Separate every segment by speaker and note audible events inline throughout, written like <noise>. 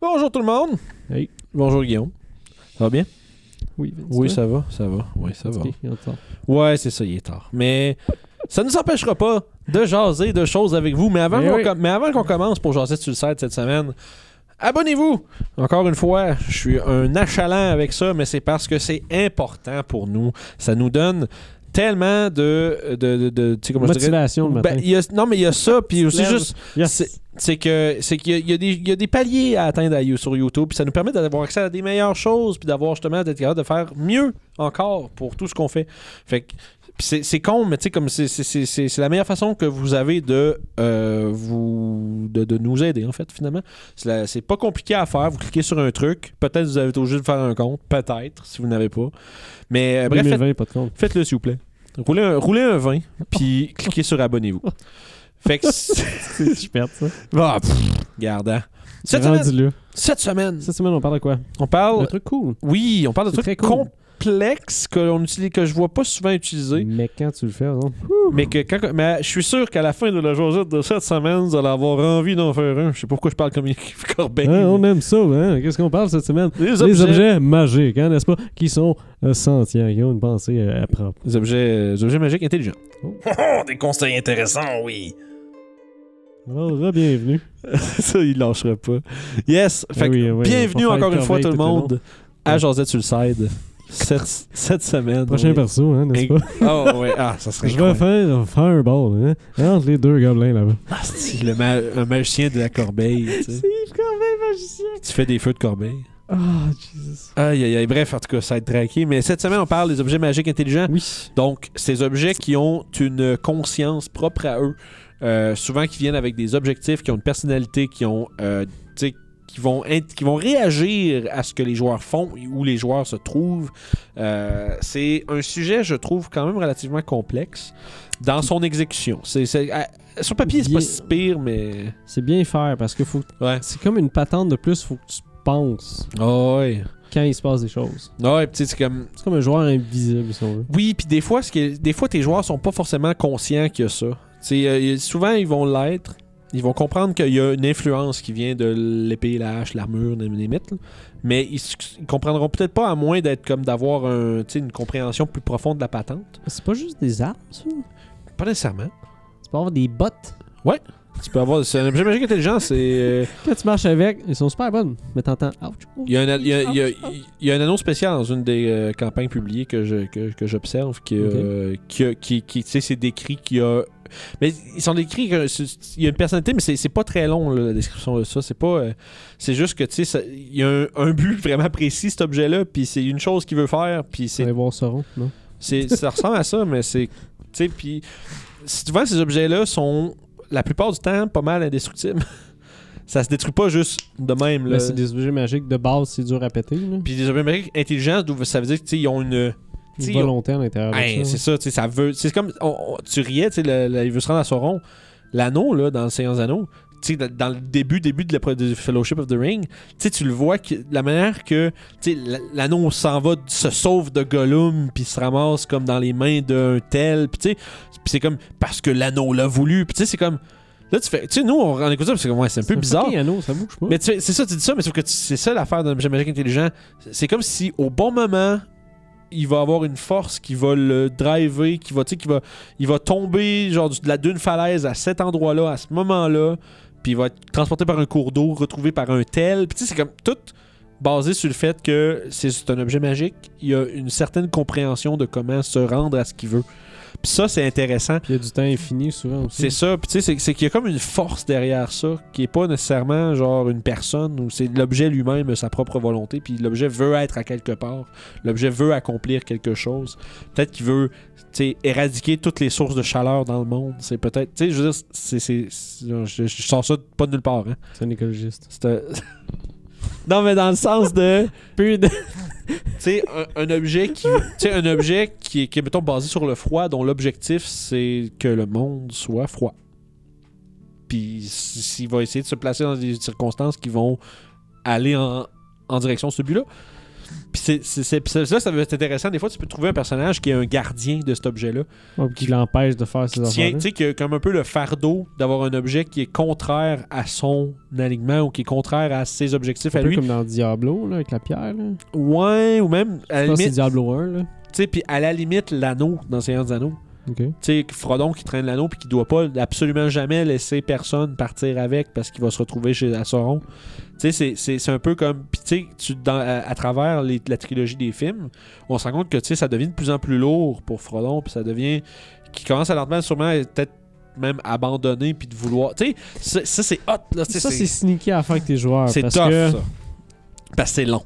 Speaker 1: Bonjour tout le monde.
Speaker 2: Hey.
Speaker 1: Bonjour Guillaume. Ça va bien?
Speaker 2: Oui, Vince,
Speaker 1: Oui,
Speaker 2: toi?
Speaker 1: ça va, ça va. Oui, ça va.
Speaker 2: Fatigué, il est en retard.
Speaker 1: Ouais, c'est ça, il est tard. Mais ça ne nous empêchera pas de jaser de choses avec vous. Mais avant,
Speaker 2: Mais
Speaker 1: qu'on,
Speaker 2: oui.
Speaker 1: com- mais avant qu'on commence pour jaser sur le site cette semaine, abonnez-vous. Encore une fois, je suis un achalant avec ça, mais c'est parce que c'est important pour nous. Ça nous donne tellement de... de, de, de- tu sais, comment je dirais?
Speaker 2: Motivation le matin.
Speaker 1: Ben, il y a- non, mais il y a ça, puis aussi
Speaker 2: Lève.
Speaker 1: juste...
Speaker 2: Yes.
Speaker 1: c'est- c'est que c'est qu'il y a- il y, a des- il y a des paliers à atteindre à You- sur YouTube puis ça nous permet d'avoir accès à des meilleures choses puis d'avoir justement d'être capable de faire mieux encore pour tout ce qu'on fait fait que puis c'est c'est con mais tu sais comme c'est- c'est- c'est c'est- c'est la meilleure façon que vous avez de euh, vous de, de nous aider en fait finalement C'est la- c'est pas compliqué à faire vous cliquez sur un truc peut-être vous avez été obligé de faire un compte peut-être si vous n'avez pas mais euh, bref faites-
Speaker 2: 2020, pas de
Speaker 1: <laughs>
Speaker 2: compte.
Speaker 1: Faites-le, s'il vous plaît. Roulez un, roulez un vin, puis cliquez sur abonnez-vous. Fait que. c'est-
Speaker 2: C'est super, ça.
Speaker 1: Ah, pff, regarde, hein. Cette semaine,
Speaker 2: Rendu-le.
Speaker 1: cette semaine,
Speaker 2: Cette semaine, on parle de quoi?
Speaker 1: on
Speaker 2: Un
Speaker 1: parle.
Speaker 2: truc cool.
Speaker 1: Oui, on parle de
Speaker 2: C'est
Speaker 1: trucs
Speaker 2: très cool.
Speaker 1: complexes que, l'on utilise, que je vois pas souvent utilisés.
Speaker 2: Mais quand tu le fais, non?
Speaker 1: Mais, que, quand- mais je suis sûr qu'à la fin de la josette de cette semaine, vous allez avoir envie d'en faire un. Je sais pas pourquoi je parle comme <laughs> Yves Corbeil.
Speaker 2: Hein, on aime ça, hein? Qu'est-ce qu'on parle cette semaine?
Speaker 1: Ben, Les
Speaker 2: Les
Speaker 1: objets.
Speaker 2: objets magiques, hein, n'est-ce pas? Qui sont euh, sentients, qui ont une pensée euh, propre.
Speaker 1: Des objets, des objets magiques intelligents. <laughs>
Speaker 3: Oh, des conseils intéressants, oui.
Speaker 2: Alors, re-bienvenue.
Speaker 1: Ça, il lâchera pas. Yes. Fait
Speaker 2: Eh
Speaker 1: que
Speaker 2: oui, eh oui,
Speaker 1: bienvenue
Speaker 2: on va faire
Speaker 1: encore une fois tout
Speaker 2: Corbeil
Speaker 1: le
Speaker 2: tout le long.
Speaker 1: monde à Josette sur le side cette, cette semaine.
Speaker 2: Prochain
Speaker 1: on est-
Speaker 2: perso, hein, n'est-ce
Speaker 1: Inc-
Speaker 2: pas?
Speaker 1: Ah ouais, ah, ça serait
Speaker 2: Je vais
Speaker 1: incroyable.
Speaker 2: faire euh, Fireball, hein? Entre les deux gobelins, là-bas.
Speaker 1: Asti, le ma- un magicien de la corbeille. tu <laughs> sais.
Speaker 2: Yves Corbeil, magicien!
Speaker 1: Tu fais des feux de corbeille.
Speaker 2: Ah, Jesus.
Speaker 1: Aïe, aïe, aïe. Bref, en tout cas, ça va être traqué. Mais cette semaine, on parle des objets magiques intelligents.
Speaker 2: Oui.
Speaker 1: Donc, ces objets qui ont une conscience propre à eux, euh, souvent qui viennent avec des objectifs, qui ont une personnalité, qui ont, euh, tu sais, qui vont être- qui vont réagir à ce que les joueurs font et où les joueurs se trouvent. Euh, c'est un sujet, je trouve, quand même relativement complexe dans son exécution. C'est, c'est- à- sur papier, c'est pas
Speaker 2: Il-
Speaker 1: si pire, mais
Speaker 2: C'est bien faire parce que faut...
Speaker 1: ouais.
Speaker 2: c'est comme une patente de plus, faut que tu penses
Speaker 1: Ah ouais.
Speaker 2: quand il se passe des choses.
Speaker 1: Ah ouais, puis tu sais, c'est comme
Speaker 2: C'est comme un joueur invisible, si on veut.
Speaker 1: Oui, puis des fois, ce que, des fois, tes joueurs sont pas forcément conscients qu'il y a ça. Tu sais, euh, y- souvent, ils vont l'être. Ils vont comprendre qu'il y a une influence qui vient de l'épée, la hache, l'armure, les limites. là. Mais ils, s- ils comprendront peut-être pas à moins d'être comme d'avoir un, tu sais, une compréhension plus profonde de la patente.
Speaker 2: C'est pas juste des armes, ça.
Speaker 1: Pas nécessairement.
Speaker 2: Tu peux avoir des bottes.
Speaker 1: Tu peux avoir. C'est un objet magique intelligent, c'est. euh,
Speaker 2: Quand tu marches avec, elles sont super bonnes. Mais t'entends, ouch. ouch.
Speaker 1: Il y a un a- il y a- il y a- il y a une annonce spéciale dans une des euh, campagnes publiées que je- que- que j'observe que,
Speaker 2: Ok.
Speaker 1: euh, qui, a- qui, qui- tu sais, c'est décrit qu'il y a. Mais ils sont décrits que c'est- il y a une personnalité, mais c'est c'est pas très long là, la description de ça. C'est pas. euh, c'est juste que tu sais, ça- il y a un, un but <laughs> vraiment précis cet objet-là, puis c'est une chose qu'il veut faire, puis
Speaker 2: Tu
Speaker 1: c'est
Speaker 2: vas aller voir Sauron, non?
Speaker 1: c'est- ça ressemble à ça, mais c'est. Tu sais, puis. Souvent, ces objets-là sont, la plupart du temps, pas mal indestructibles. <laughs> ça se détruit pas juste de même. Là.
Speaker 2: Là, c'est des objets magiques de base, c'est dur à péter. Là.
Speaker 1: Puis des objets magiques intelligents, d'où- ça veut dire qu'ils ont une. tu sais,
Speaker 2: Une
Speaker 1: ils ont-
Speaker 2: volonté à l'intérieur. de
Speaker 1: Hey,
Speaker 2: ça,
Speaker 1: c'est ça, tu sais, ça veut. C'est comme. on- on- tu riais, tu sais, le- le- il veut se rendre à Sauron. L'anneau, là, dans le Seigneur des Anneaux, tu sais, dans- dans le début, début de la pro- du Fellowship of the Ring, tu sais, tu le vois, que, la manière que tu sais, la- l'anneau s'en va, se sauve de Gollum, puis se ramasse comme dans les mains d'un tel, puis tu sais, puis c'est comme parce que l'anneau l'a voulu, puis tu sais, c'est comme. Là, tu fais. Tu sais, nous, on en écoute ça, parce que ouais, c'est un peu bizarre.
Speaker 2: fucking anneau, ça bouge pas.
Speaker 1: Mais tu sais, c'est ça, tu dis ça, mais sauf que tu- c'est ça l'affaire d'un objet magique intelligent. C'est- C'est comme si au bon moment, il va avoir une force qui va le driver, qui va, tu sais, qui va, il va tomber genre du- de la d'une falaise à cet endroit-là, à ce moment-là, puis il va être transporté par un cours d'eau, retrouvé par un tel. Puis tu sais, c'est comme tout basé sur le fait que c'est- c'est un objet magique. Il y a une certaine compréhension de comment se rendre à ce qu'il veut. Puis ça, c'est intéressant.
Speaker 2: Puis il y a du temps infini souvent aussi.
Speaker 1: C'est ça, puis tu sais, c'est- c'est qu'il y a comme une force derrière ça, qui est pas nécessairement genre une personne, ou c'est l'objet lui-même, sa propre volonté, puis l'objet veut être à quelque part, l'objet veut accomplir quelque chose, peut-être qu'il veut, tu sais, éradiquer toutes les sources de chaleur dans le monde, c'est peut-être, tu sais, je veux dire, c'est, c'est- c'est- je, je sors ça de pas de nulle part, hein.
Speaker 2: C'est un écologiste.
Speaker 1: C'est un- <laughs> non, mais dans le sens de,
Speaker 2: Puis de-
Speaker 1: tu sais, un, un objet qui, tu sais, un objet qui est, qui est, mettons, basé sur le froid, dont l'objectif, c'est que le monde soit froid. Puis s- s'il va essayer de se placer dans des circonstances qui vont aller en, en direction de ce but-là, Puis c'est- c'est- c'est- puis ça, ça va être intéressant. Des fois, tu peux trouver un personnage qui est un gardien de cet objet-là.
Speaker 2: Ouais, puis qui l'empêche de faire ses
Speaker 1: Tiens,
Speaker 2: affaires.
Speaker 1: tu sais, qui a comme un peu le fardeau d'avoir un objet qui est contraire à son alignement ou qui est contraire à ses objectifs à
Speaker 2: Un peu
Speaker 1: lui.
Speaker 2: comme dans Diablo, là, avec la pierre. Là.
Speaker 1: Ouais, ou même, à
Speaker 2: Je
Speaker 1: la
Speaker 2: pense que c'est
Speaker 1: limite, tu
Speaker 2: Diablo 1. Là.
Speaker 1: sais, puis à la limite, l'anneau dans Seigneur des Anneaux.
Speaker 2: Ok.
Speaker 1: Tu sais, Frodon qui traîne l'anneau puis qui doit pas absolument jamais laisser personne partir avec parce qu'il va se retrouver chez à Sauron. Tu sais, c'est- c'est c'est un peu comme. Puis tu sais, tu- dans- à, à travers les- la trilogie des films, on se rend compte que tu sais, ça devient de plus en plus lourd pour Frodon puis ça devient. qui commence à lentement, sûrement, à être peut-être même abandonné puis de vouloir. Tu sais, c'est- ça c'est hot, là. tu sais,
Speaker 2: Ça, c'est sneaky à faire avec tes joueurs.
Speaker 1: c'est
Speaker 2: parce
Speaker 1: tough,
Speaker 2: que
Speaker 1: ça. Parce que c'est long.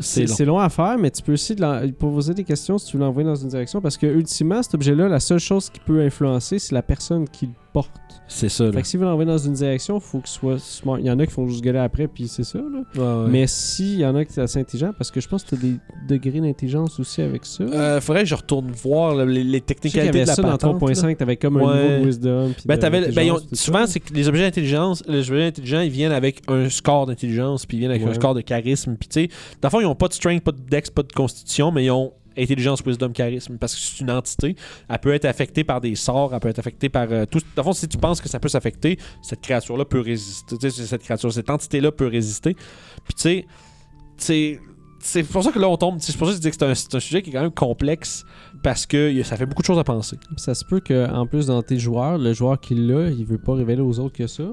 Speaker 2: C'est c'est long à faire, mais tu peux aussi de l'en- poser des questions si tu veux l'envoyer dans une direction. Parce que, ultimement, cet objet-là, la seule chose qui peut influencer, c'est la personne qui le porte.
Speaker 1: C'est ça,
Speaker 2: Fait que si vous l'envoyez dans une direction, faut que ce soit smart. Il y en a qui font juste gueuler après, puis c'est ça. Là.
Speaker 1: Mais
Speaker 2: Mais s'il y en a qui sont assez intelligents, parce que je pense que tu as des degrés d'intelligence aussi avec ça.
Speaker 1: euh, faudrait que je retourne voir là, les, les
Speaker 2: je sais qu'il y
Speaker 1: technicalités
Speaker 2: avait
Speaker 1: de la
Speaker 2: ça dans
Speaker 1: patente, là.
Speaker 2: 3.5, t'avais comme un
Speaker 1: Ouais.
Speaker 2: niveau de wisdom. puis
Speaker 1: Ben,
Speaker 2: de-
Speaker 1: t'avais, ben, ils ont-
Speaker 2: d'intelligence, tout ça.
Speaker 1: souvent, c'est que les objets d'intelligence, les objets intelligents, ils viennent avec un score d'intelligence, puis ils viennent avec un
Speaker 2: Ouais.
Speaker 1: score de charisme. Puis, tu sais, dans le fond, ils ont pas de strength, pas de dex, pas de constitution, mais ils ont intelligence, wisdom, charisme, parce que c'est une entité. Elle peut être affectée par des sorts, elle peut être affectée par euh, tout. Dans le fond, si tu penses que ça peut s'affecter, cette créature-là peut résister. Tu sais, cette créature, cette entité-là peut résister. Puis, tu sais, c'est. C'est pour ça que là on tombe. C'est pour ça que je dis que c'est un, c'est un sujet qui est quand même complexe parce que y a- ça fait beaucoup de choses à penser.
Speaker 2: Puis Ça se peut que en plus, dans tes joueurs, le joueur qui l'a, il veut pas révéler aux autres que ça. Ou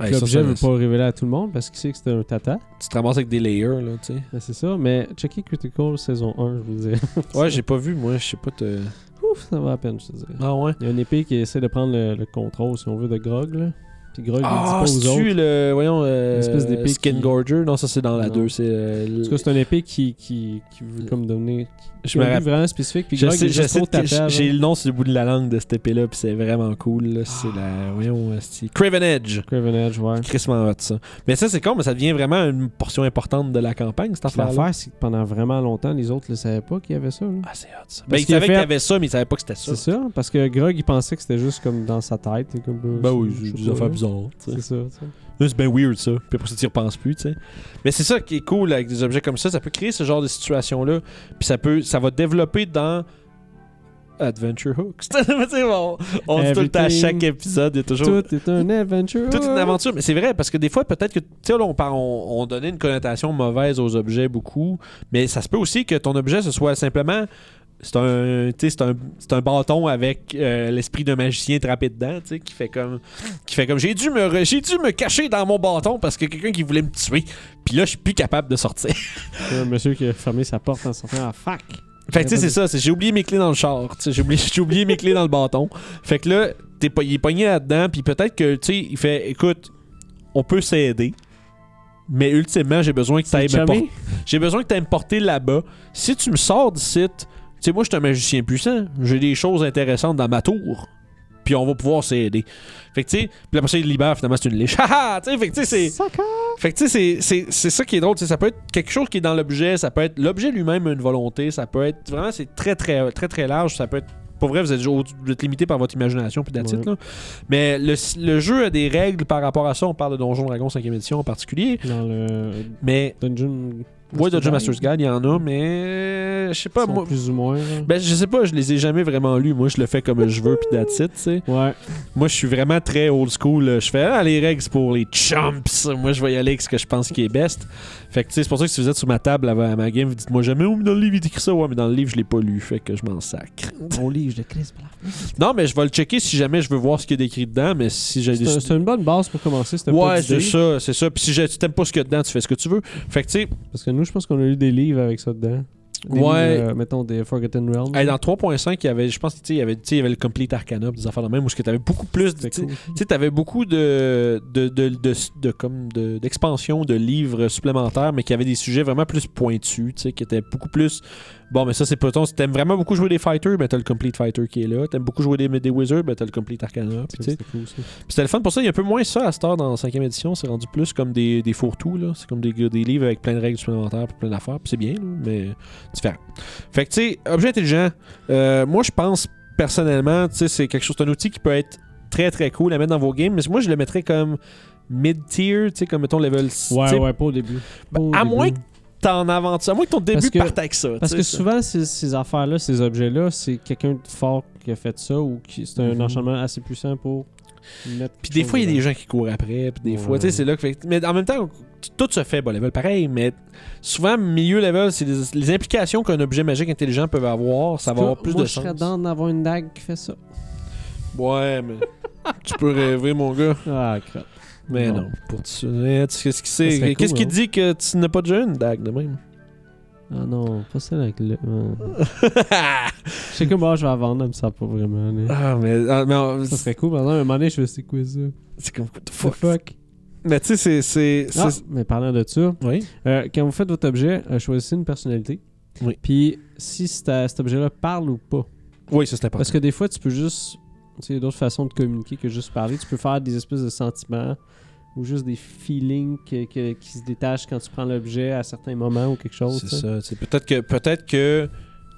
Speaker 1: Ouais,
Speaker 2: que
Speaker 1: ça,
Speaker 2: l'objet
Speaker 1: ça-
Speaker 2: veut pas le révéler à tout le monde parce qu'il sait que c'est un tata.
Speaker 1: Tu te ramasses avec des layers, là, tu sais.
Speaker 2: Ben, c'est ça, mais checker Critical saison 1, je vous le dis. <laughs>
Speaker 1: Ouais, j'ai pas vu, moi, je sais pas te.
Speaker 2: Ouf, ça va à peine, je te dis.
Speaker 1: Ah ouais.
Speaker 2: Il y a une épée qui essaie de prendre le, le contrôle, si on veut, de Grog, là. Puis Grog,
Speaker 1: Ah,
Speaker 2: il dit pas aux autres.
Speaker 1: c'est-tu le. Voyons, euh,
Speaker 2: Une espèce d'épée
Speaker 1: Skin
Speaker 2: qui-
Speaker 1: Gorger Non, ça c'est dans la
Speaker 2: Non.
Speaker 1: 2. C'est. euh,
Speaker 2: En tout cas, c'est une épée qui, qui, qui veut comme donner.
Speaker 1: Je
Speaker 2: qui a
Speaker 1: me
Speaker 2: un but
Speaker 1: rappelle-
Speaker 2: vraiment spécifique. Puis
Speaker 1: je
Speaker 2: Grog, il
Speaker 1: sais,
Speaker 2: est
Speaker 1: je
Speaker 2: juste
Speaker 1: sais
Speaker 2: trop
Speaker 1: que j-
Speaker 2: tata.
Speaker 1: j'ai
Speaker 2: genre.
Speaker 1: le nom sur le bout de la langue de cette épée-là, puis c'est vraiment cool.
Speaker 2: Ah.
Speaker 1: là. C'est la. Voyons, euh, c'est. Craven Edge.
Speaker 2: Craven Edge, ouais.
Speaker 1: Crissement hot, ça. Mais ça, c'est con, mais ça devient vraiment une portion importante de la campagne, cette
Speaker 2: Puis
Speaker 1: affaire-là.
Speaker 2: L'affaire, c'est que pendant vraiment longtemps, les autres ne savaient pas qu'il y avait ça. là.
Speaker 1: Ah, c'est hot, ça. Ben, ils
Speaker 2: qu'il a
Speaker 1: savaient
Speaker 2: fait-
Speaker 1: qu'il y avait ça, mais ils savaient pas que c'était ça.
Speaker 2: C'est ça, parce que Grog, il pensait que c'était juste comme dans sa tête. et Comme, euh,
Speaker 1: Ben
Speaker 2: je-
Speaker 1: oui,
Speaker 2: je
Speaker 1: j'ai
Speaker 2: sais
Speaker 1: des
Speaker 2: pas,
Speaker 1: affaires
Speaker 2: là.
Speaker 1: bizarres, tu sais.
Speaker 2: C'est ça, tu sais.
Speaker 1: Là, c'est bien weird ça. Puis après ça, tu y repenses plus, tu sais. Mais c'est ça qui est cool avec des objets comme ça. Ça peut créer ce genre de situation-là. Puis ça peut. ça va développer dans. Adventure Hooks. <laughs> Tu sais, on on dit tout le temps à
Speaker 2: Everything.
Speaker 1: chaque épisode, il y a toujours.
Speaker 2: <laughs> Tout est un adventure.
Speaker 1: Toute une aventure, mais c'est vrai, parce que des fois, peut-être que, tu sais, là, on, par- on, on donnait une connotation mauvaise aux objets beaucoup, mais ça se peut aussi que ton objet, ce soit simplement, c'est un, tu sais, c'est un, c'est un bâton avec euh, l'esprit d'un magicien trappé dedans, tu sais, qui fait comme, qui fait comme, j'ai dû me, re- j'ai dû me cacher dans mon bâton parce que quelqu'un qui voulait me tuer, puis là, je suis plus capable de sortir.
Speaker 2: Un monsieur qui a fermé sa porte en sortant à fac.
Speaker 1: Fait que tu sais, c'est ça, c'est j'ai oublié mes clés dans le char, tu sais, j'ai oublié, <laughs> j'ai oublié mes clés dans le bâton. Fait que là, t'es pas, il est pogné là-dedans, puis peut-être que, tu sais, il fait, écoute, on peut s'aider, mais ultimement, j'ai besoin que
Speaker 2: ben,
Speaker 1: t'ailles me porter. J'ai besoin que t'ailles me porter là-bas. Si tu me sors d'ici, tu sais, moi, je suis un magicien puissant, j'ai des choses intéressantes dans ma tour, puis on va pouvoir s'aider. Fait que tu sais, puis après ça, il le libère, finalement, c'est une liche. <laughs> Haha, tu sais, fait que tu sais, c'est. Fait que tu sais, c'est- c'est- c'est ça qui est drôle. tu sais, Ça peut être quelque chose qui est dans l'objet, ça peut être l'objet lui-même a une volonté, ça peut être vraiment, c'est très, très, très, très large. Ça peut être, pour vrai, vous êtes, au- vous êtes limité par votre imagination, puis d'attitude.
Speaker 2: Ouais.
Speaker 1: là. Mais le, le jeu a des règles par rapport à ça. On parle de Donjon Dragon 5e édition en particulier,
Speaker 2: Dans le
Speaker 1: mais.
Speaker 2: Dungeon.
Speaker 1: Ouais, Dungeon Master's Guide, il y en a, mais. Je sais pas,
Speaker 2: Pas
Speaker 1: moi.
Speaker 2: Plus ou moins. là.
Speaker 1: Ben, je sais pas, je les ai jamais vraiment lus. Moi, je le fais comme je veux, puis that's it, tu sais.
Speaker 2: Ouais.
Speaker 1: Moi, je suis vraiment très old school. là. Je fais ah, les règles c'est pour les chumps. Moi, je vais y aller avec ce que je pense qui est best. Fait que, tu sais, c'est pour ça que si vous êtes sur ma table avant- à ma game, vous dites-moi jamais, oh, mais dans le livre, il écrit ça. Ouais, mais dans le livre, je l'ai pas lu. Fait que je m'en sacre.
Speaker 2: Mon livre de Chris Blanc.
Speaker 1: Non, mais je vais le checker si jamais je veux voir ce qui est décrit dedans. Mais si j'ai
Speaker 2: C'est un- c'est une bonne base pour commencer. C'était pas
Speaker 1: Ouais, c'est
Speaker 2: d'idée.
Speaker 1: ça, c'est ça. Puis si j'ai- tu t'aimes pas ce qu'il y a dedans, tu fais ce que tu veux. Fait que, tu sais,
Speaker 2: Parce que nous, je pense qu'on a eu des livres avec ça dedans. Des
Speaker 1: Ouais.
Speaker 2: livres, euh, mettons des Forgotten Realms.
Speaker 1: hey, dans 3.5, il y avait, je pense, tu sais, il y avait, tu sais, il y avait le Complete Arcana, des affaires de même, où tu avais beaucoup plus. de-
Speaker 2: C'était cool.
Speaker 1: Tu sais, t'avais beaucoup de, de, de, de, de- comme de- d'expansions, de, livres supplémentaires, mais qui avaient des sujets vraiment plus pointus, tu sais, qui étaient beaucoup plus. Bon, mais ça, c'est pas ton. Si t'aimes vraiment beaucoup jouer des fighters, ben t'as le Complete Fighter qui est là. T'aimes beaucoup jouer des, des wizards, ben t'as le Complete Arcana. Puis tu sais,
Speaker 2: C'était cool ça.
Speaker 1: puis c'était le fun pour ça. Il y a un peu moins ça à cette heure dans la 5 édition. C'est rendu plus comme des, des fourre-tout, là. C'est comme des, des livres avec plein de règles supplémentaires, puis plein d'affaires. Puis c'est bien, là, mais différent. Fait que, tu sais, objet intelligent, euh, moi, je pense personnellement, tu sais, c'est quelque chose, c'est un outil qui peut être très très cool à mettre dans vos games. Mais moi, je le mettrais comme mid-tier, tu sais, comme mettons level 6.
Speaker 2: Ouais, ouais, pas au début.
Speaker 1: Ben,
Speaker 2: Pas au
Speaker 1: à
Speaker 2: début.
Speaker 1: moins que t'en inventes ça. À moins que ton début
Speaker 2: Parce que-
Speaker 1: parte avec ça.
Speaker 2: Parce
Speaker 1: tu
Speaker 2: que
Speaker 1: sais, ça.
Speaker 2: souvent, ces, ces affaires-là, ces objets-là, c'est quelqu'un de fort qui a fait ça ou qui c'est un
Speaker 1: Mhm.
Speaker 2: enchantement assez puissant pour mettre.
Speaker 1: Puis des fois, il y a des gens qui courent après. Puis des fois, tu sais,
Speaker 2: Ouais.
Speaker 1: c'est là que. fait- Mais en même temps, t- tout se fait bas level pareil. Mais souvent, milieu level, c'est les, les implications qu'un objet magique intelligent peut avoir. Ça va avoir plus
Speaker 2: Moi,
Speaker 1: de
Speaker 2: je serais
Speaker 1: sens.
Speaker 2: dans d'avoir une dague qui fait ça.
Speaker 1: Ouais, mais. tu peux rêver, mon gars.
Speaker 2: Ah, crap.
Speaker 1: Mais non.
Speaker 2: Non.
Speaker 1: Pour tu... Eh, tu- Qu'est-ce qui c'est
Speaker 2: Ça serait
Speaker 1: Qu'est-ce
Speaker 2: cool,
Speaker 1: qui
Speaker 2: hein.
Speaker 1: dit que tu n'as pas déjà une dague de
Speaker 2: <laughs>
Speaker 1: même
Speaker 2: Ah non, pas celle avec le. euh. ouais. je sais que moi, je vais la vendre, elle me sert pas vraiment. mais-
Speaker 1: Ah, mais. ah, mais on-
Speaker 2: Ça serait cool, maintenant, un moment donné, je vais c'est quoi ça? The
Speaker 1: C'est comme. what the fuck?
Speaker 2: fuck?
Speaker 1: Mais tu sais, c'est- c'est.
Speaker 2: Ah,
Speaker 1: c'est-
Speaker 2: mais parlant de ça,
Speaker 1: Oui.
Speaker 2: Euh, quand vous faites votre objet, euh, choisissez une personnalité.
Speaker 1: Oui.
Speaker 2: Puis si c'est- cet objet-là parle ou pas.
Speaker 1: Oui, ça, c'est important.
Speaker 2: Parce que des fois, tu peux juste. Tu sais, il y a d'autres façons de communiquer que juste parler. Tu peux faire des espèces de sentiments ou juste des feelings que- que- qui se détachent quand tu prends l'objet à certains moments ou quelque chose.
Speaker 1: C'est
Speaker 2: tu sais.
Speaker 1: ça. tu sais. Peut-être que, peut-être que, tu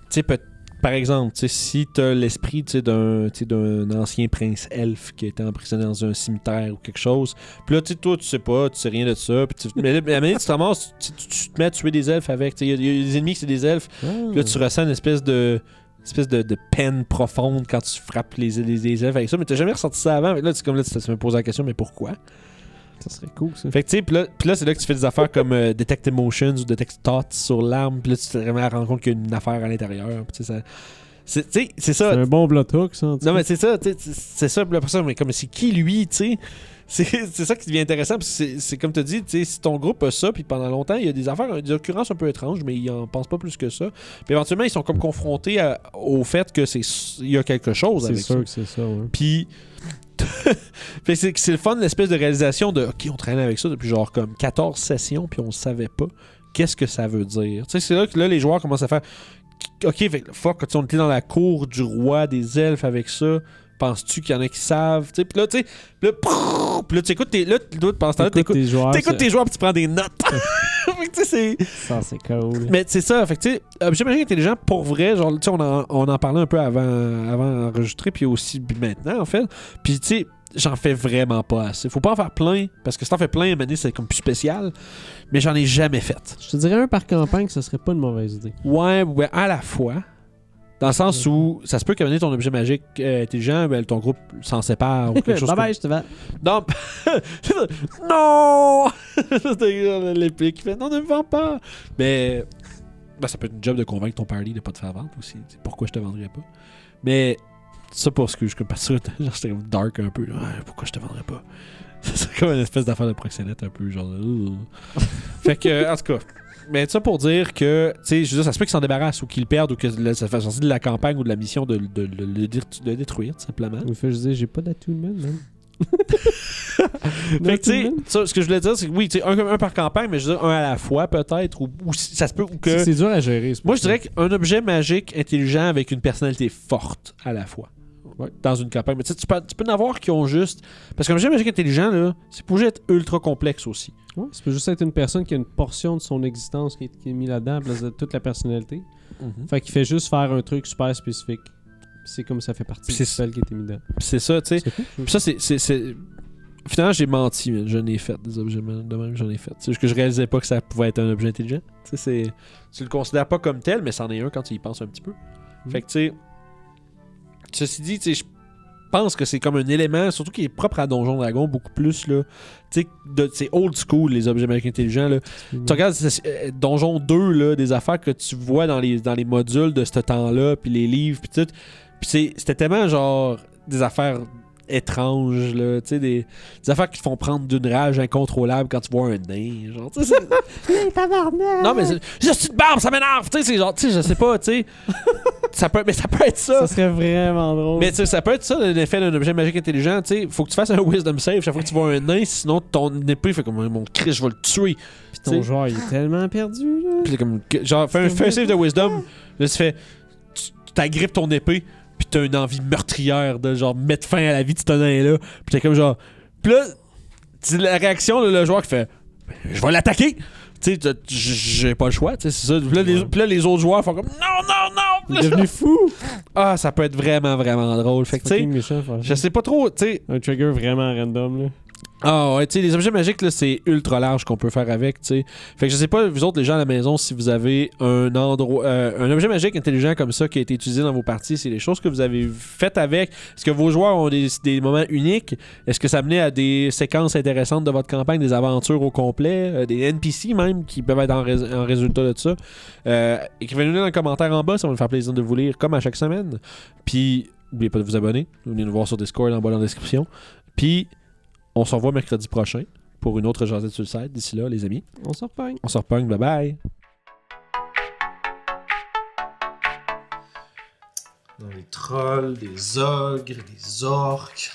Speaker 1: sais, peut- par exemple, tu sais, si t'as l'esprit tu sais, d'un, tu sais, d'un ancien prince elfe qui a été emprisonné dans un cimetière ou quelque chose, puis là, tu sais, toi, tu sais pas, tu sais rien de ça, puis tu- mais là, à la minute, tu te ramasses, tu, tu- tu te mets à tuer des elfes avec, tu sais, il y, a- il y a des ennemis qui c'est des elfes,
Speaker 2: Ah.
Speaker 1: puis là, tu ressens une espèce de espèce de, de peine profonde quand tu frappes les, les, les elfes avec ça, mais t'as jamais ressenti ça avant, Fait que là, c'est comme là, tu tu me poses la question, mais pourquoi?
Speaker 2: Ça serait cool, ça.
Speaker 1: Fait que tu sais, pis là, pis là, c'est là que tu fais des affaires comme euh, Detect Emotions ou Detect Thoughts sur l'arme, pis là, tu te vraiment rends compte qu'il y a une affaire à l'intérieur. pis tu sais, ça- C'est tu sais, c'est
Speaker 2: C'est
Speaker 1: ça.
Speaker 2: un bon bloc hook, ça. en tout
Speaker 1: Non,
Speaker 2: cas.
Speaker 1: mais c'est ça, tu sais, c'est c'est ça, pis la personne, mais comme c'est qui lui, tu sais? <laughs> C'est c'est ça qui devient intéressant, parce que c'est- c'est comme tu dis, tu sais, si ton groupe a ça, puis pendant longtemps, il y a des affaires, des occurrences un peu étranges, mais ils en pensent pas plus que ça. Puis éventuellement, ils sont comme confrontés à- au fait que c'est il y a quelque chose
Speaker 2: c'est
Speaker 1: avec
Speaker 2: sûr
Speaker 1: ça.
Speaker 2: que c'est ça, ouais.
Speaker 1: Puis. <laughs> fait que c'est c'est le fun, l'espèce de réalisation de OK, on traînait avec ça depuis genre comme 14 sessions, puis on savait pas qu'est-ce que ça veut dire. Tu sais, c'est là que là, les joueurs commencent à faire OK, fait que fuck, quand on était dans la cour du roi des elfes avec ça, penses-tu qu'il y en a qui savent Tu sais, puis là, tu sais, puis là, prrr, puis là, tu écoutes, tes- là, tu- là, pendant ce temps-là,
Speaker 2: T'écoutes
Speaker 1: t'écoutes
Speaker 2: tes joueurs.
Speaker 1: t'écoutes
Speaker 2: ça-
Speaker 1: tes joueurs, puis tu prends des
Speaker 2: <laughs>
Speaker 1: notes. Fait que tu sais, c'est.
Speaker 2: Ça, c'est cool.
Speaker 1: Mais c'est ça, fait que tu sais, euh, objet magique intelligent, pour vrai, genre, tu sais, on en, on en parlait un peu avant, avant d'enregistrer, puis aussi puis maintenant, en fait. Puis tu sais, j'en fais vraiment pas assez. Faut pas en faire plein, parce que si t'en fais plein, à un moment donné, c'est comme plus spécial. Mais j'en ai jamais fait.
Speaker 2: Je te dirais un par campagne, ce serait pas une mauvaise idée.
Speaker 1: Ouais, ouais, à la fois. Dans le sens
Speaker 2: Ouais.
Speaker 1: où ça se peut qu'à un moment donné, ton objet magique euh, intelligent, ben, ton groupe s'en <laughs> sépare ou quelque chose.
Speaker 2: bye
Speaker 1: comme-
Speaker 2: bye, je te vais.
Speaker 1: Non, <laughs> non, <laughs> C'était l'épée qui fait non, ne me vends pas. Mais ben, ça peut être une job de convaincre ton party de pas te faire vendre aussi. C'est pourquoi je te vendrais pas. Mais ça pour ce que je suis parce que <laughs> genre, j'étais comme dark un peu. là. Ouais, pourquoi je te vendrais pas <laughs> C'est comme une espèce d'affaire de proxénète un peu genre. <laughs> euh. fait que en tout cas. Mais ça pour dire que, tu sais, je veux dire, ça se peut qu'ils s'en débarrassent ou qu'ils le perdent ou que le- ça fasse partie de la campagne ou de la mission de, de- de le dé- de le détruire, tout simplement.
Speaker 2: Ou fait, je disais, j'ai pas d'attunement,
Speaker 1: <laughs>
Speaker 2: man.
Speaker 1: Fait que, tu sais, ça, ce que je voulais dire, c'est que oui, tu sais, un, un par campagne, mais je veux dire, un à la fois peut-être, ou, ou si- ça se peut ou que.
Speaker 2: C'est dur à gérer. c'est pour
Speaker 1: Moi, je
Speaker 2: ça.
Speaker 1: dirais qu'un objet magique intelligent avec une personnalité forte à la fois.
Speaker 2: Ouais.
Speaker 1: Dans une campagne. Mais tu sais, tu peux, tu peux en avoir qui ont juste. Parce qu'un objet magique intelligent, là, c'est pour être ultra complexe aussi.
Speaker 2: Ouais, ça peut juste être une personne qui a une portion de son existence qui est, qui est mise là-dedans, à place de toute la personnalité. Fait qu'il fait juste faire un truc super spécifique. C'est comme ça fait partie
Speaker 1: Puis c'est-
Speaker 2: du spell qui est mis dedans.
Speaker 1: Puis C'est ça, tu sais.
Speaker 2: C'est cool, je-
Speaker 1: Puis ça, c'est- c'est. c'est- Finalement, j'ai menti, mais j'en ai fait des objets de même, j'en ai fait. C'est juste que je réalisais pas que ça pouvait être un objet intelligent. Tu sais, c'est- tu le considères pas comme tel, mais c'en est un quand tu y penses un petit peu.
Speaker 2: Mhm.
Speaker 1: Fait que, tu sais. Ceci dit, tu sais, je pense que c'est comme un élément, surtout qui est propre à Donjon Dragon, beaucoup plus, là. Tu sais, de- c'est old school, les objets magiques intelligents, là. Tu regardes c'est- euh, Donjon 2, là, des affaires que tu vois dans les, dans les modules de ce temps-là, puis les livres, puis tout. Puis c'est- c'était tellement genre des affaires étranges, là, tu sais, des, des affaires qui te font prendre d'une rage incontrôlable quand tu vois un nain, genre, tu sais, c'est- Non, mais c'est- j'ai une petite barbe, ça m'énerve, tu sais, c'est genre, tu sais, je sais pas, tu sais. ça peut, mais ça peut être ça.
Speaker 2: Ça serait vraiment drôle.
Speaker 1: Mais tu sais, ça peut être ça l'effet d'un objet magique intelligent, tu sais, faut que tu fasses un wisdom save chaque fois que tu vois un nain, sinon ton épée fait comme mon Christ, je vais le tuer.
Speaker 2: Puis
Speaker 1: tu sais-
Speaker 2: ton joueur, il est tellement perdu, là.
Speaker 1: Puis c'est comme, que- genre, fais un, fais un save de wisdom. Là, tu fais. Tu tu t'agrippes ton épée. Puis t'as une envie meurtrière de, genre, mettre fin à la vie de ce nain-là. Puis t'es comme, genre. Puis là, tu- la réaction, là, le joueur qui fait. Je vais l'attaquer! Tu sais, t'as- j- j'ai pas le choix, tu sais, c'est ça. Puis là, les,
Speaker 2: Ouais.
Speaker 1: puis là, les autres joueurs font comme. Non, non, non!
Speaker 2: Il
Speaker 1: Puis
Speaker 2: est
Speaker 1: là,
Speaker 2: devenu fou.
Speaker 1: Ah, ça peut être vraiment, vraiment drôle. Fait que, tu
Speaker 2: Fucking
Speaker 1: sais,
Speaker 2: méchant, franchement.
Speaker 1: je sais pas trop, tu sais.
Speaker 2: Un trigger vraiment random, là.
Speaker 1: Ah ouais, tu sais, les objets magiques, là, c'est ultra large qu'on peut faire avec, tu sais. Fait que je sais pas, vous autres, les gens à la maison, si vous avez un endroit, euh, un objet magique intelligent comme ça qui a été utilisé dans vos parties, c'est les choses que vous avez faites avec. Est-ce que vos joueurs ont des, des moments uniques? Est-ce que ça menait à des séquences intéressantes de votre campagne, des aventures au complet, euh, des NPC même qui peuvent être en, rés- en résultat de ça? Euh, Écrivez-nous dans le commentaire en bas, ça va nous faire plaisir de vous lire comme à chaque semaine. Puis, n'oubliez pas de vous abonner. Venez nous voir sur Discord en bas dans la description. Puis, on se revoit mercredi prochain pour une autre jasette sur le site. D'ici là, les amis,
Speaker 2: On s'en repogne.
Speaker 1: on se repogne. Bye bye.
Speaker 4: Dans des trolls, des ogres, des orques.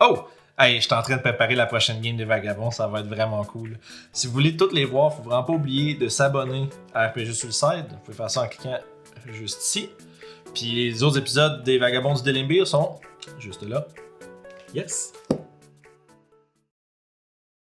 Speaker 4: Oh! Hey, je suis en train de préparer la prochaine game des vagabonds, ça va être vraiment cool. Si vous voulez toutes les voir, faut vraiment pas oublier de s'abonner à RPG Suicide. Vous pouvez faire ça en cliquant juste ici. Puis les autres épisodes des vagabonds du Delimbir sont juste là. Yes!